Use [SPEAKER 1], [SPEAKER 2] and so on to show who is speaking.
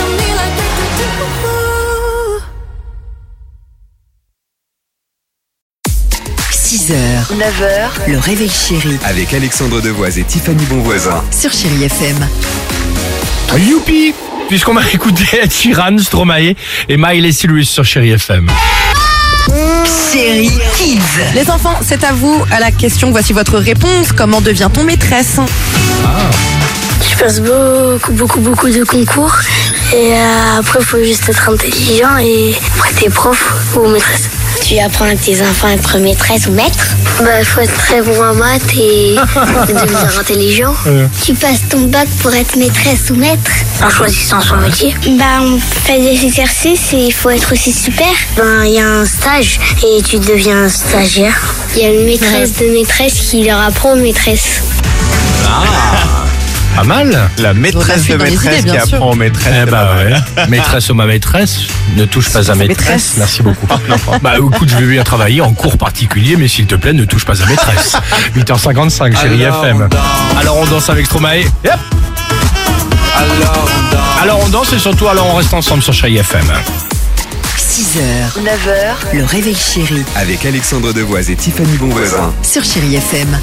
[SPEAKER 1] on me like we could do.
[SPEAKER 2] 6h, 9h, le réveil chéri
[SPEAKER 3] Avec Alexandre Devoise et Tiffany Bonvoisin.
[SPEAKER 2] sur Chérie FM.
[SPEAKER 4] Youpi Puisqu'on m'a écouté Ed Sheeran, Stromae et Miley Cyrus sur Chéri FM.
[SPEAKER 2] Chérie Kids,
[SPEAKER 5] Les enfants, c'est à vous à la question. Voici votre réponse. Comment devient-on maîtresse
[SPEAKER 6] Je passe beaucoup, beaucoup, beaucoup de concours. Et euh, après, il faut juste être intelligent et après, t'es prof ou maîtresse. Tu apprends à tes enfants à être maîtresse ou maître Il Bah, faut être très bon en maths et devenir intelligent. Tu passes ton bac pour être maîtresse ou maître En choisissant son métier Bah, on fait des exercices et il faut être aussi super. Ben, il y a un stage et tu deviens stagiaire. Il y a une maîtresse de maîtresse qui leur apprend maîtresse.
[SPEAKER 4] Pas mal
[SPEAKER 7] La maîtresse
[SPEAKER 5] J'aurais fait
[SPEAKER 7] de
[SPEAKER 5] dans les
[SPEAKER 7] maîtresse
[SPEAKER 5] idées,
[SPEAKER 7] qui
[SPEAKER 5] bien sûr.
[SPEAKER 7] apprend aux maîtresses.
[SPEAKER 4] Eh
[SPEAKER 7] c'est
[SPEAKER 4] bah
[SPEAKER 7] pas mal.
[SPEAKER 4] ouais. Maîtresse ou ma maîtresse, ne touche pas à maîtresse.
[SPEAKER 5] Maîtresse.
[SPEAKER 4] Merci beaucoup.
[SPEAKER 7] Ah,
[SPEAKER 4] bah écoute, je vais bien travailler en cours particulier, mais s'il te plaît, ne touche pas à maîtresse. 8h55, Chéri
[SPEAKER 7] Alors
[SPEAKER 4] FM.
[SPEAKER 7] on danse.
[SPEAKER 4] Alors on danse avec Stromae. Yep.
[SPEAKER 7] Alors, on danse.
[SPEAKER 4] Alors on danse et surtout, alors on reste ensemble sur Chéri FM.
[SPEAKER 2] 6h, 9h, le réveil chéri
[SPEAKER 3] Avec Alexandre Devoise et Tiffany Bonvoisin.
[SPEAKER 2] sur Chérie FM.